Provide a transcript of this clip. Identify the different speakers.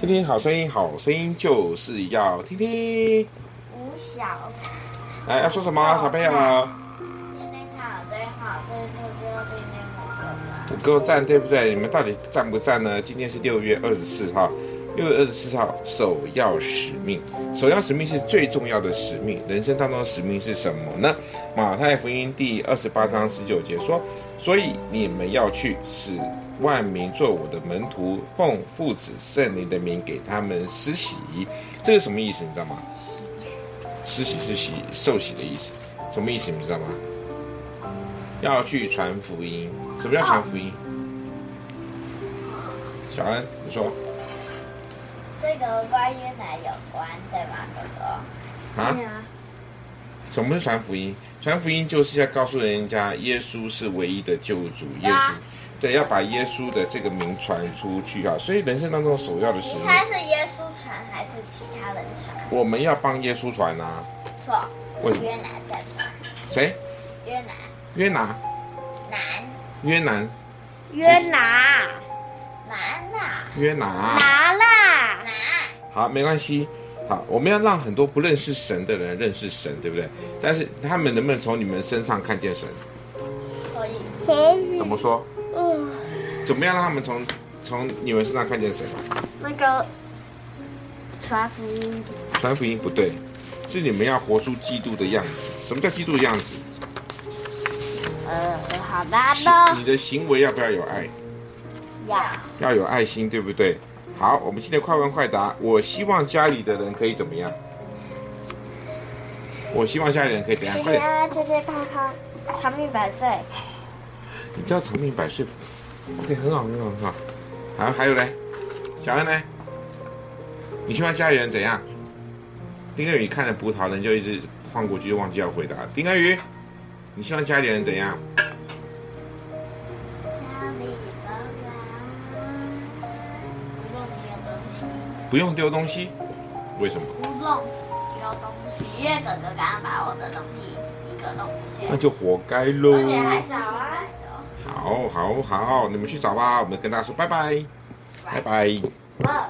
Speaker 1: 听听好声音，好声音就是要听听。
Speaker 2: 吴小慈，
Speaker 1: 来，要说什么，小朋友？
Speaker 2: 今天好，今天好，今天就只有今天五个吧。
Speaker 1: 五个赞，对不对？你们到底赞不赞呢？今天是六月二十四号，六月二十四号，首要使命，首要使命是最重要的使命。人生当中的使命是什么呢？马太福音第二十八章十九节说：“所以你们要去，使万民做我的门徒，奉父子圣灵的名给他们施洗。”这个什么意思？你知道吗？施洗是洗受洗的意思，什么意思？你知道吗？要去传福音。什么叫传福音？小恩，你说
Speaker 2: 这个关于奶有关，对吧，哥哥？
Speaker 1: 啊
Speaker 2: 对？呀。
Speaker 1: 什么是传福音？传福音就是要告诉人家，耶稣是唯一的救主，耶稣
Speaker 2: 啊。
Speaker 1: 对，要把耶稣的这个名传出去啊！所以人生当中首要的使
Speaker 2: 你
Speaker 1: 命，
Speaker 2: 猜是耶稣传还是其他人传？
Speaker 1: 我们要帮耶稣传啊。
Speaker 2: 错，
Speaker 1: 为什
Speaker 2: 是
Speaker 1: 么
Speaker 2: 越南在传，
Speaker 1: 谁？
Speaker 2: 越南
Speaker 1: 约拿，
Speaker 2: 南
Speaker 1: 约南，
Speaker 3: 约拿
Speaker 2: 南呐
Speaker 1: 约拿。
Speaker 3: 拿啦，
Speaker 2: 南，
Speaker 1: 好，没关系。好，我们要让很多不认识神的人认识神，对不对？但是他们能不能从你们身上看见神？
Speaker 2: 所以
Speaker 3: 可以
Speaker 1: 怎么说？
Speaker 3: 嗯，
Speaker 1: 怎么样让他们从从你们身上看见神啊？
Speaker 3: 那个传福音
Speaker 1: 传福音不对，是你们要活出基督的样子。什么叫基督的样子？
Speaker 3: 呃，好吧
Speaker 1: 行
Speaker 2: 啊
Speaker 3: 呢，
Speaker 1: 你的行为要不要有爱？
Speaker 3: 呀，
Speaker 1: 要有爱心，对不对？好，我们今天快问快答。我希望家里的人可以怎么样？我希望家里人可以怎样？快点！
Speaker 3: 健健康康，长命百岁。
Speaker 1: 你知道长命百岁，OK，很好，很好，很好。好，还有嘞，小恩呢？你希望家里人怎样？丁恩宇看着葡萄人就一直晃过去，就忘记要回答。丁恩宇，你希望家里人怎样？
Speaker 2: 家里当然不用丢东西，
Speaker 1: 不用丢东西，为什么？
Speaker 2: 不用丢东西，因为哥哥刚刚把我的东西一个弄不见
Speaker 1: 那，就活该喽。
Speaker 2: 而且还是新买的哦。
Speaker 1: 好好好，你们去找吧，我们跟大家说拜拜，拜拜。
Speaker 2: 二